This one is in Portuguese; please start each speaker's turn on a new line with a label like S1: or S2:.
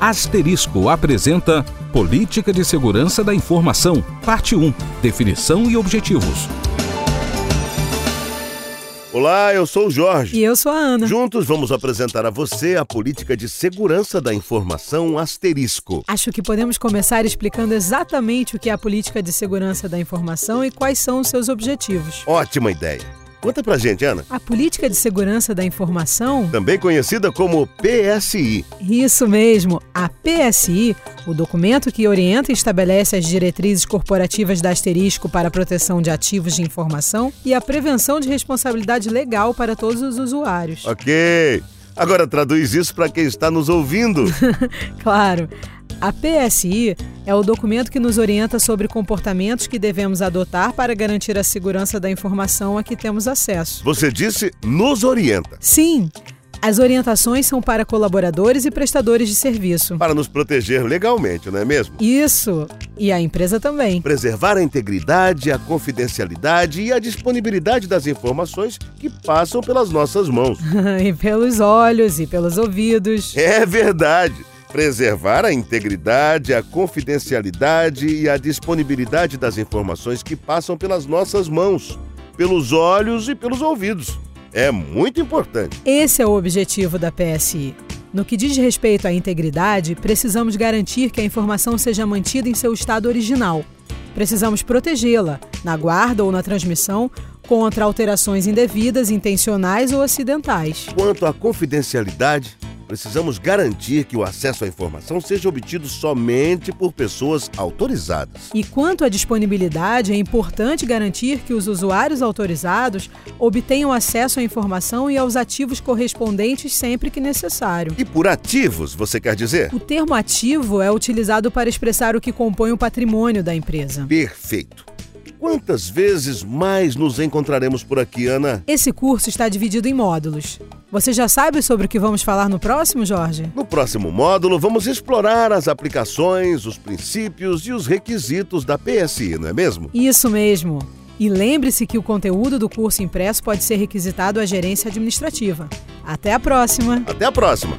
S1: Asterisco apresenta Política de Segurança da Informação, parte 1, definição e objetivos.
S2: Olá, eu sou o Jorge.
S3: E eu sou a Ana.
S2: Juntos vamos apresentar a você a política de segurança da informação asterisco.
S3: Acho que podemos começar explicando exatamente o que é a política de segurança da informação e quais são os seus objetivos.
S2: Ótima ideia. Conta pra gente, Ana.
S3: A política de segurança da informação,
S2: Também conhecida como PSI.
S3: isso mesmo, a PSI, o documento que orienta e estabelece as diretrizes corporativas da Asterisco para a proteção de ativos de informação e a prevenção de responsabilidade legal para todos os usuários.
S2: Ok. Agora traduz isso para quem está nos ouvindo.
S3: Claro. A PSI é o documento que nos orienta sobre comportamentos que devemos adotar para garantir a segurança da informação a que temos acesso.
S2: Você disse nos orienta
S3: Sim, as orientações são para colaboradores e prestadores de serviço.
S2: para nos proteger legalmente, não é mesmo?
S3: Isso, e a empresa também.
S2: Preservar a integridade, a confidencialidade e a disponibilidade das informações que passam pelas nossas mãos.
S3: e pelos olhos e pelos ouvidos.
S2: É verdade. Preservar a integridade, a confidencialidade e a disponibilidade das informações que passam pelas nossas mãos, pelos olhos e pelos ouvidos. É muito importante.
S3: Esse é o objetivo da PSI. No que diz respeito à integridade, precisamos garantir que a informação seja mantida em seu estado original. Precisamos protegê-la, na guarda ou na transmissão, contra alterações indevidas, intencionais ou acidentais.
S2: Quanto à confidencialidade, precisamos garantir que o acesso à informação seja obtido somente por pessoas autorizadas.
S3: E quanto à disponibilidade, é importante garantir que os usuários autorizados obtenham acesso à informação e aos ativos correspondentes sempre que necessário.
S2: E por ativos, você quer dizer?
S3: O termo ativo é utilizado para expressar o que compõe o patrimônio da empresa.
S2: Perfeito. Quantas vezes mais nos encontraremos por aqui, Ana?
S3: Esse curso está dividido em módulos. Você já sabe sobre o que vamos falar no próximo, Jorge?
S2: No próximo módulo, vamos explorar as aplicações, os princípios e os requisitos da PSI, não é mesmo?
S3: Isso mesmo. E lembre-se que o conteúdo do curso impresso pode ser requisitado à gerência administrativa. Até a próxima!
S2: Até a próxima!